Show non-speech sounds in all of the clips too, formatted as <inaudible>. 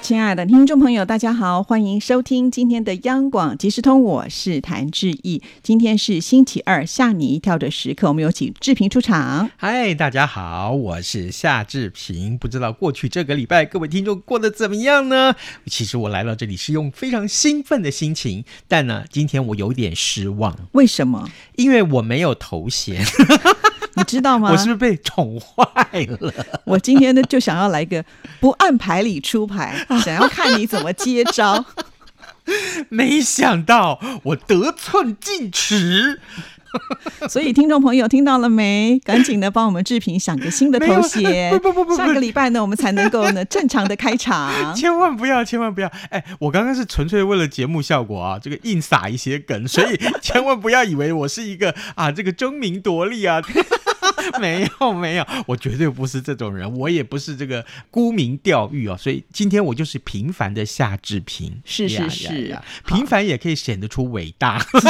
亲爱的听众朋友，大家好，欢迎收听今天的央广即时通，我是谭志毅。今天是星期二，吓你一跳的时刻，我们有请志平出场。嗨，大家好，我是夏志平。不知道过去这个礼拜各位听众过得怎么样呢？其实我来到这里是用非常兴奋的心情，但呢，今天我有点失望，为什么？因为我没有头衔，你知道吗？我是不是被宠坏了？我今天呢就想要来一个不按牌理出牌，想要看你怎么接招。没想到我得寸进尺，所以听众朋友听到了没？赶紧的帮我们志平想个新的头没衔有，不不不不不下个礼拜呢我们才能够呢正常的开场。千万不要，千万不要！哎，我刚刚是纯粹为了节目效果啊，这个硬撒一些梗，所 <laughs> 以千万不要以为我是一个啊，这个争名夺利啊。 <laughs> 没有没有，我绝对不是这种人，我也不是这个沽名钓誉哦，所以今天我就是平凡的夏志平，是是呀呀是呀好平凡也可以显得出伟大。是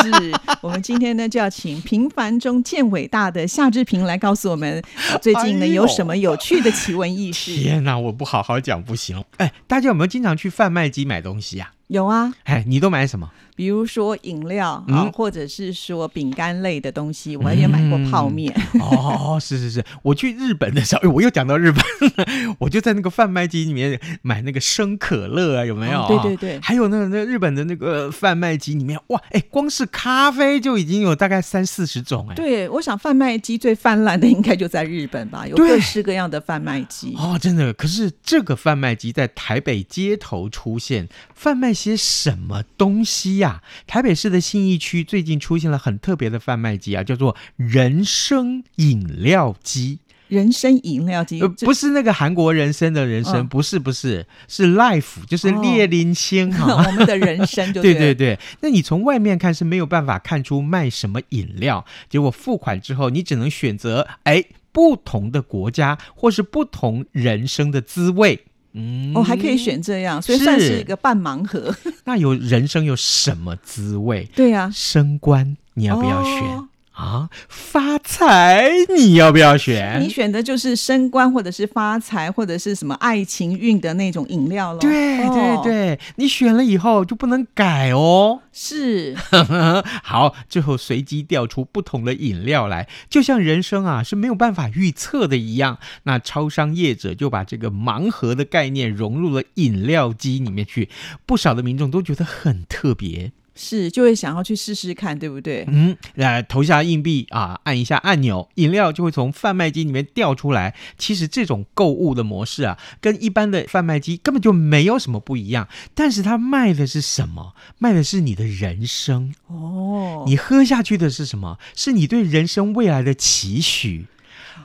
我们今天呢就要请平凡中见伟大的夏志平来告诉我们， <laughs> 呃最近呢哎呦有什么有趣的奇闻异 <laughs> 事？天哪，我不好好讲不行。哎，大家有没有经常去贩卖机买东西呀、有啊，哎，你都买什么？比如说饮料啊嗯，或者是说饼干类的东西，我也买过泡面。 <laughs> 哦，是是是，我去日本的时候，哎我又讲到日本了， <laughs> 我就在那个贩卖机里面买那个生可乐啊，有没有、哦对对对还有那个那个日本的那个贩卖机里面，哇，哎，光是咖啡就已经有大概三四十种哎。对，我想贩卖机最泛滥的应该就在日本吧，有对各式各样的贩卖机。哦，真的，可是这个贩卖机在台北街头出现，贩卖些什么东西呀、台北市的信义区最近出现了很特别的贩卖机啊，叫做人参饮料机。人参饮料机呃，，这不是那个韩国人参的人参，嗯不是不是，是 life，就是哦列宁星哈。 <laughs> 我们的人 <laughs> 参就对对 <laughs> 对了对，那你从外面看是没有办法看出卖什么饮料，结果付款之后，你只能选择哎不同的国家或是不同人生的滋味。嗯，哦，还可以。选这样，所以是算是一个半盲盒。那有人生有什么滋味？对呀、升官你要不要选、啊哦啊？发财你要不要选？你选的就是升官或者是发财或者是什么爱情运的那种饮料了。对哦对，对，你选了以后就不能改哦。是 <laughs> 好，最后随机调出不同的饮料来，就像人生啊是没有办法预测的一样。那超商业者就把这个盲盒的概念融入了饮料机里面去，不少的民众都觉得很特别。是，就会想要去试试看，对不对？嗯，呃，投下硬币啊，按一下按钮，饮料就会从贩卖机里面掉出来。其实这种购物的模式啊，跟一般的贩卖机根本就没有什么不一样。但是它卖的是什么？卖的是你的人生。哦，嗯你喝下去的是什么？是你对人生未来的期许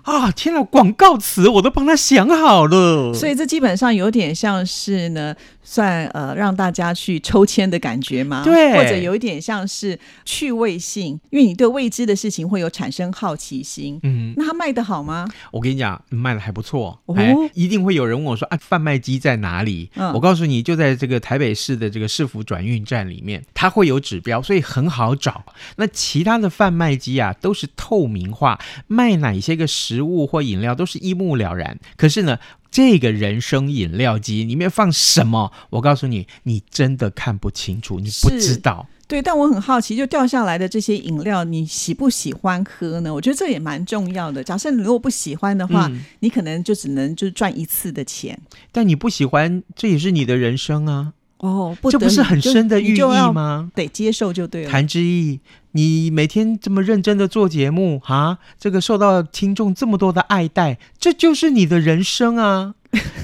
啊！天哪，广告词我都帮他想好了。所以这基本上有点像是呢，算呃让大家去抽签的感觉嘛，对或者有一点像是趣味性，因为你对未知的事情会有产生好奇心。嗯，那它卖的好吗？我跟你讲，卖的还不错，哦哎，一定会有人问我说啊，贩卖机在哪里？嗯我告诉你，就在这个台北市的这个市府转运站里面，它会有指标，所以很好找。那其他的贩卖机啊，都是透明化，卖哪些个食物或饮料都是一目了然。可是呢，这个人参饮料机里面放什么？我告诉你，你真的看不清楚，你不是知道。对，但我很好奇，就掉下来的这些饮料，你喜不喜欢喝呢？我觉得这也蛮重要的。假设你如果不喜欢的话，嗯你可能就只能就是赚一次的钱但你不喜欢，这也是你的人生啊，哦，不这得不是很深的寓意？你就你就要吗？得接受就对了。谭志毅，你每天这么认真的做节目啊，这个受到听众这么多的爱戴，这就是你的人生啊！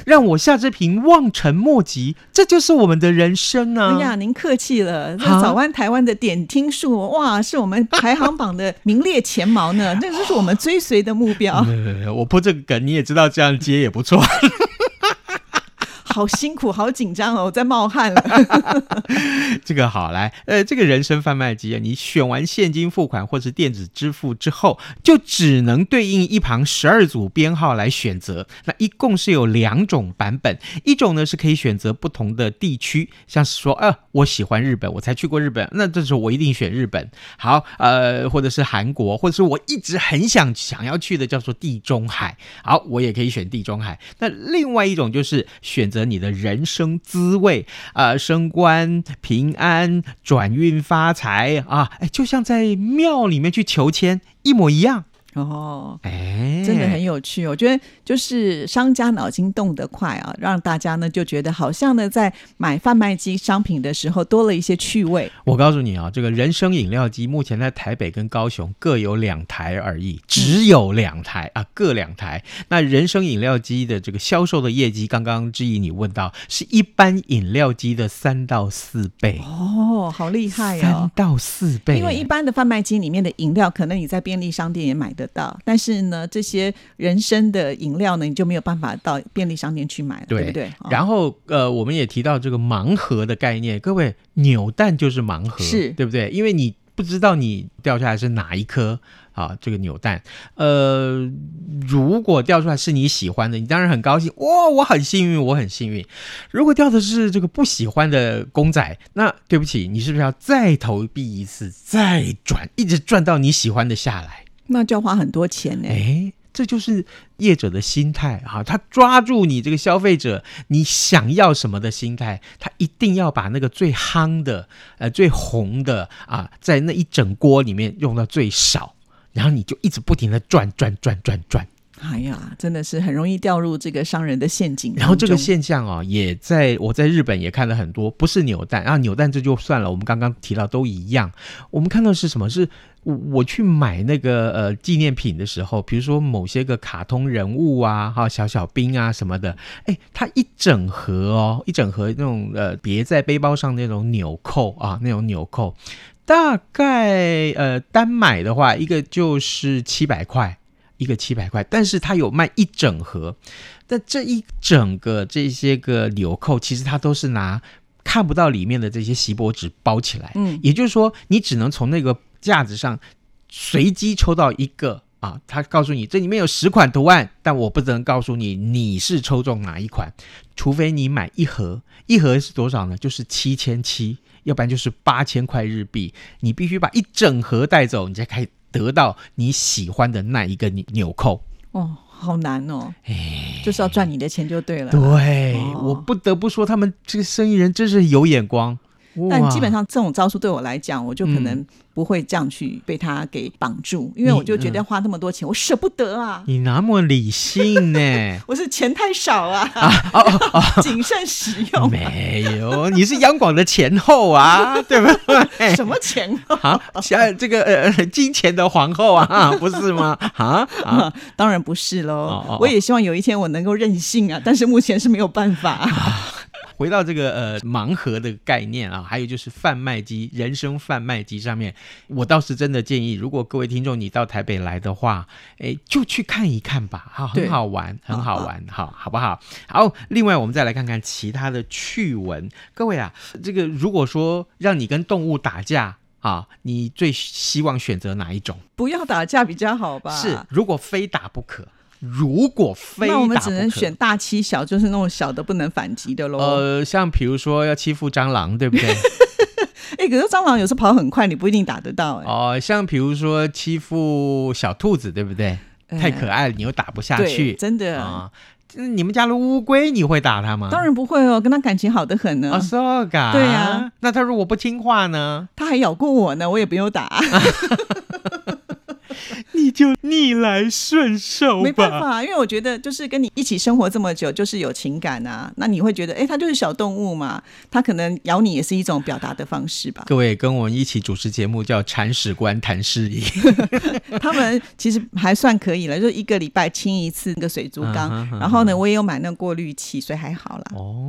让我夏志平望尘莫及，这就是我们的人生哎啊！ <laughs> 呀，您客气了。这啊早安台湾的点听数，哇，是我们排行榜的名列前茅 <laughs> 呢。那这是我们追随的目标。呃没有没有没有我破这个梗，你也知道，这样接也不错。好辛苦，好紧张哦，我在冒汗 <laughs> 了。这个好来，呃， <laughs> 这个人生贩卖机啊，你选完现金付款或是电子支付之后，就只能对应一旁十二组编号来选择。那一共是有两种版本，一种呢是可以选择不同的地区，像是说，呃，我喜欢日本，我才去过日本，那这时候我一定选日本。好，呃，或者是韩国，或者是我一直很想想要去的叫做地中海，好，我也可以选地中海。那另外一种就是选择你的人生滋味，啊，升官、平安、转运、发财啊，哎，就像在庙里面去求签一模一样，哦，哎，真的很有趣。我觉得就是商家脑筋动得快啊，让大家呢就觉得好像呢在买贩卖机商品的时候多了一些趣味。我告诉你啊，这个人生饮料机目前在台北跟高雄各有两台而已，嗯只有两台、啊，各两台。那人生饮料机的这个销售的业绩，刚刚之怡你问到，是一般饮料机的三到四倍，哦，好厉害三哦！到四倍，啊因为一般的贩卖机里面的饮料，可能你在便利商店也买得到，但是呢，这些人参的饮料呢，你就没有办法到便利商店去买了，对对不对？哦然后呃，我们也提到这个盲盒的概念，各位扭蛋就是盲盒，是对不对？因为你不知道你掉下来是哪一颗啊，这个扭蛋，呃，如果掉出来是你喜欢的，你当然很高兴，哇、我很幸运，我很幸运。如果掉的是这个不喜欢的公仔，那对不起，你是不是要再投币一次，再转，一直转到你喜欢的下来？那就要花很多钱呢、哎，这就是业者的心态哈、他抓住你这个消费者你想要什么的心态，他一定要把那个最夯的、呃最红的啊，在那一整锅里面用到最少，然后你就一直不停的转转转转转。哎呀，真的是很容易掉入这个商人的陷阱当中。然后这个现象啊、也在我在日本也看了很多，不是扭蛋啊，扭蛋这就算了，我们刚刚提到都一样。我们看到是什么？是我我去买那个呃纪念品的时候，比如说某些个卡通人物啊，哈、小小兵啊什么的，哎，它一整盒哦，一整盒那种呃别在背包上那种纽扣啊，那种纽扣，大概呃单买的话，一个就是七百块。一个七百块，但是它有卖一整盒，但这一整个这些个纽扣，其实它都是拿看不到里面的这些锡箔纸包起来，嗯，也就是说，你只能从那个架子上随机抽到一个啊，他告诉你这里面有十款图案，但我不能告诉你你是抽中哪一款，除非你买一盒，一盒是多少呢？就是七千七，要不然就是八千块日币，你必须把一整盒带走，你才可以得到你喜欢的那一个纽纽扣。哦，好难哦，就是要赚你的钱就对了。哎对，哦我不得不说，他们这个生意人真是有眼光。但哇嗯基本上这种招数对我来讲，我就可能不会这样去被他给绑住，因为我就觉得花那么多钱，我舍不得啊，你那么理 <laughs> 性呢？我是钱太少啊，谨慎使用，哦 <laughs> 没有，你是央广的前后啊，对不对？什么钱啊？啊，像这个呃，金钱的皇后啊， <laughs> 不是吗？啊啊 <laughs> 当然不是哦哦喽哦，我也希望有一天我能够任性啊，但是目前是没有办法。 <laughs> 回到这个呃盲盒的概念啊，还有就是贩卖机、人生贩卖机上面，我倒是真的建议，如果各位听众你到台北来的话，哎，就去看一看吧，哈，对很好玩，很好玩，好，好不好？好，另外我们再来看看其他的趣闻，各位啊，这个如果说让你跟动物打架。啊，你最希望选择哪一种？不要打架比较好吧？是，如果非打不可，如果非打那不可，我们只能选大欺小，就是那种小的不能反击的喽。呃，像比如说要欺负蟑螂，对不 <laughs> 对？哎、可是蟑螂有时候跑很快，你不一定打得到、哎、哦，像比如说欺负小兔子，对不对？太可爱了，你又打不下哎对去真的、啊！你们家的乌龟，你会打它吗？当。然不会哦，跟他感情好的很呢。哦，so ga。对啊，那它如果不听话呢？他还咬过我呢，我也没有 <laughs> 打，你就逆来顺受没办。法，啊因为我觉得就是跟你一起生活这么久，就是有情感啊。那你会觉得，哎，它就是小动物嘛，它可能咬你也是一种表达的方式吧。各位跟我们一起主持节目叫《铲屎官谭诗怡》，他们其实还算可以了，就一个礼拜清一次那个水族缸。嗯哼嗯哼然后呢，我也有买那个过滤器，所以还好啦。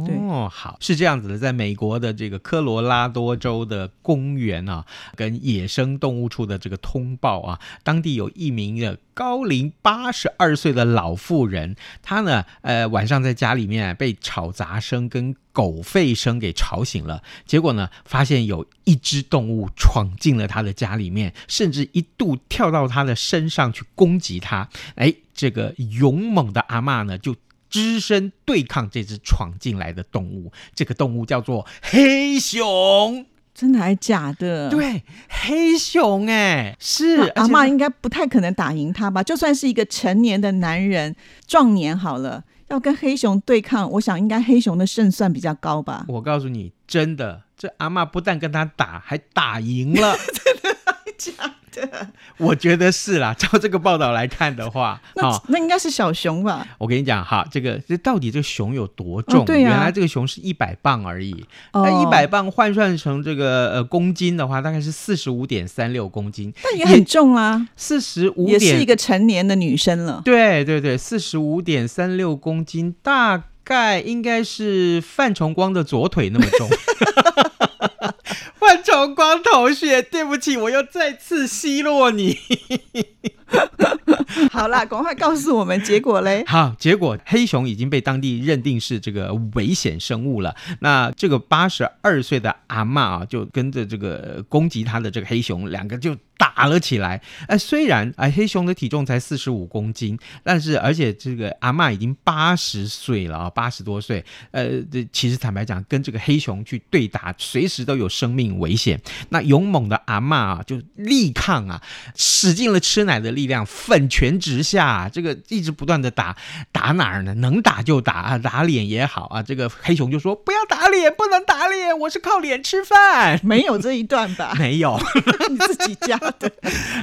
对哦，好，是这样子的，在美国的这个科罗拉多州的公园啊，跟野生动物处的这个通报啊，当地有一名的高龄八十二岁的老妇人，她呢，呃，晚上在家里面啊被吵杂声跟狗吠声给吵醒了，结果呢，发现有一只动物闯进了她的家里面，甚至一度跳到她的身上去攻击她。哎，这个勇猛的阿嬷呢，就。只身对抗这只闯进来的动物，这个动物叫做黑熊。真的还假的？，啊对，黑熊哎、是阿妈嬷应该不太可能打赢他吧？就算是一个成年的男人，壮年好了，要跟黑熊对抗，我想应该黑熊的胜算比较高吧？我告诉你，真的，这阿嬷不但跟他打，还打赢了。假的？我觉得是啦，照这个报道来看的话，那、好、那应该是小熊吧？我跟你讲哈，这个这到底这个熊有多重？哦对啊原来这个熊是一百磅而已，哦那一百磅换算成这个呃公斤的话，大概是四十五点三六公斤，但也很重啊，四十五也是点一个成年的女生了。对对对，四十五点三六公斤，大概应该是范崇光的左腿那么重。 <laughs> 范崇光同学，对不起，我又再次奚落你。！好啦，赶快告诉我们结果嘞好，结果黑熊已经被当地认定是这个危险生物了。那这个八十二岁的阿嬷啊，就跟着这个呃攻击他的这个黑熊，两个就打了起来。哎、虽然 <laughs> 哎、黑熊的体重才四十五公斤，但是而且这个阿嬷已经八十岁了啊，八十多岁。呃，这其实坦白讲，跟这个黑熊去对打，随时都有生命危险。那勇猛的阿嬷啊，就力抗啊，使尽了吃奶的力量，粉拳直下、这个一直不断的打，打哪儿呢？能打就打啊，打脸也好啊。这个黑熊就说：“不要打脸，不能打脸，我是靠脸吃饭。”没有这一段吧？ <laughs> 没有，你自己加的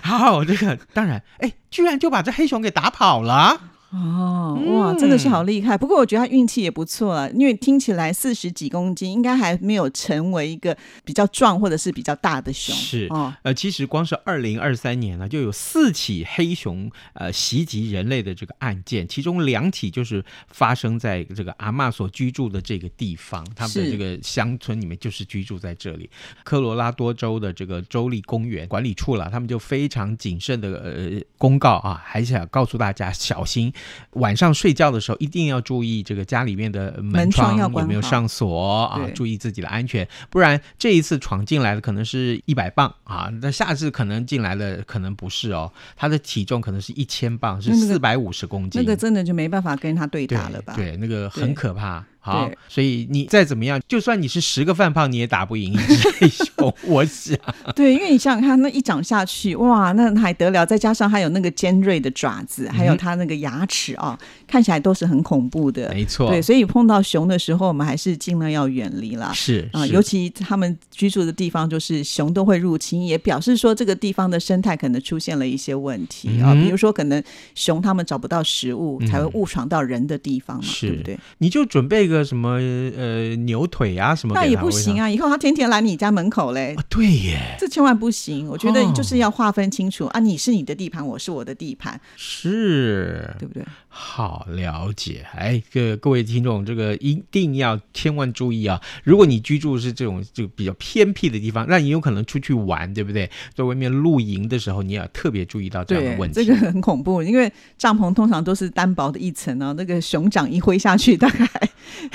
好，这个当然，哎，居然就把这黑熊给打跑了。哦，嗯哇，真的是好厉害。不过我觉得他运气也不错啊，因为听起来四十几公斤，应该还没有成为一个比较壮或者是比较大的熊。是哦，呃，其实光是二零二三年呢，就有四起黑熊呃袭击人类的这个案件，其中两起就是发生在这个阿嬷所居住的这个地方，他们的是这个乡村里面就是居住在这里。科罗拉多州的这个州立公园管理处了，他们就非常谨慎的呃公告啊，还想告诉大家小心，晚上睡觉的时候一定要注意这个家里面的门门窗窗要有关没有好上锁啊，对注意自己的安全，不然这一次闯进来的可能是一百磅嗯啊，那下次可能进来的可能不是哦，他的体重可能是一千磅，是那那四个百五十公斤，那个真的就没办法跟他对对打了吧？对，那个很对可怕。好对，所以你再怎么样，就算你是十个饭胖，你也打不赢一只 <laughs> 黑熊。我想，对，因为你想想看，那一掌下去，哇，那还得了？再加上还有那个尖锐的爪子，还嗯有它那个牙齿啊、看起来都是很恐怖的。没错，对，所以碰到熊的时候，我们还是尽量要远离啦。是啊、是尤其他们居住的地方就是熊都会入侵，也表示说这个地方的生态可能出现了一些问题啊、嗯比如说可能熊它们找不到食物，才会嗯误闯到人的地方嘛，是对不对？你就准备个什么呃牛腿啊什么，那也不行啊。啊，以后它天天来你家门口嘞，啊，对耶，这千万不行。我觉得哦就是要划分清楚、啊，你是你的地盘，我是我的地盘，是对不对？好了解，哎，各各位听众，这个一定要千万注意啊！如果你居住是这种就比较偏僻的地方，那你有可能出去玩，对不对？在外面露营的时候，你也要特别注意到这样的对问，题。这个很恐怖，因为帐篷通常都是单薄的一层啊，那个熊掌一挥下去，大概 <laughs>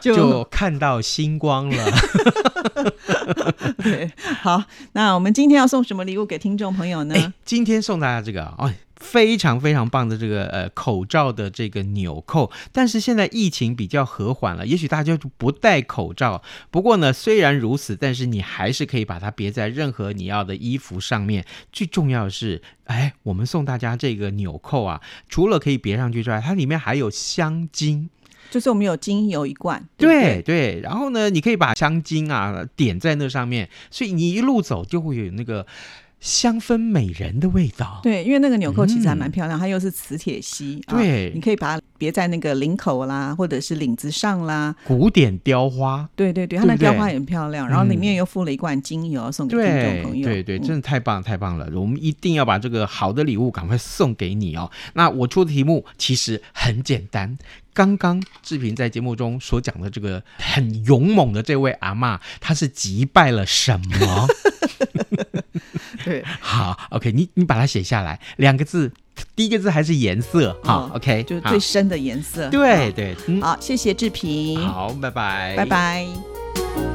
就就看到星光了。对。 <laughs> 好，那我们今天要送什么礼物给听众朋友呢？哎，今天送大家这个啊哦，非常非常棒的这个呃口罩的这个纽扣，但是现在疫情比较和缓了，也许大家就不戴口罩。不过呢，虽然如此，但是你还是可以把它别在任何你要的衣服上面。最重要的是，哎，我们送大家这个纽扣啊，除了可以别上去之外，它里面还有香精。就是我们有精油一罐，不对对，然后呢，你可以把香精啊点在那上面，所以你一路走就会有那个香氛美人的味道。对，因为那个纽扣其实还嗯蛮漂亮，它又是磁铁吸，啊对你可以把它别在那个领口啦，或者是领子上啦。古典雕花。对对对，它对不那雕对花也很漂亮，然后里嗯面又附了一罐精油送嗯给听众对朋友。对对，嗯真的太棒太棒了！我们一定要把这个好的礼物赶快送给你哦。那我出的题目其实很简单，刚刚志平在节目中所讲的这 <laughs> 个很勇猛的这位阿嬷，她是击败了什么？嗯对，好，OK，你你把它写下来，两个字，第一个字还是颜色哈、嗯 o k 就是最深的颜色。对对，嗯，好，谢谢志平，好，拜拜，拜。拜。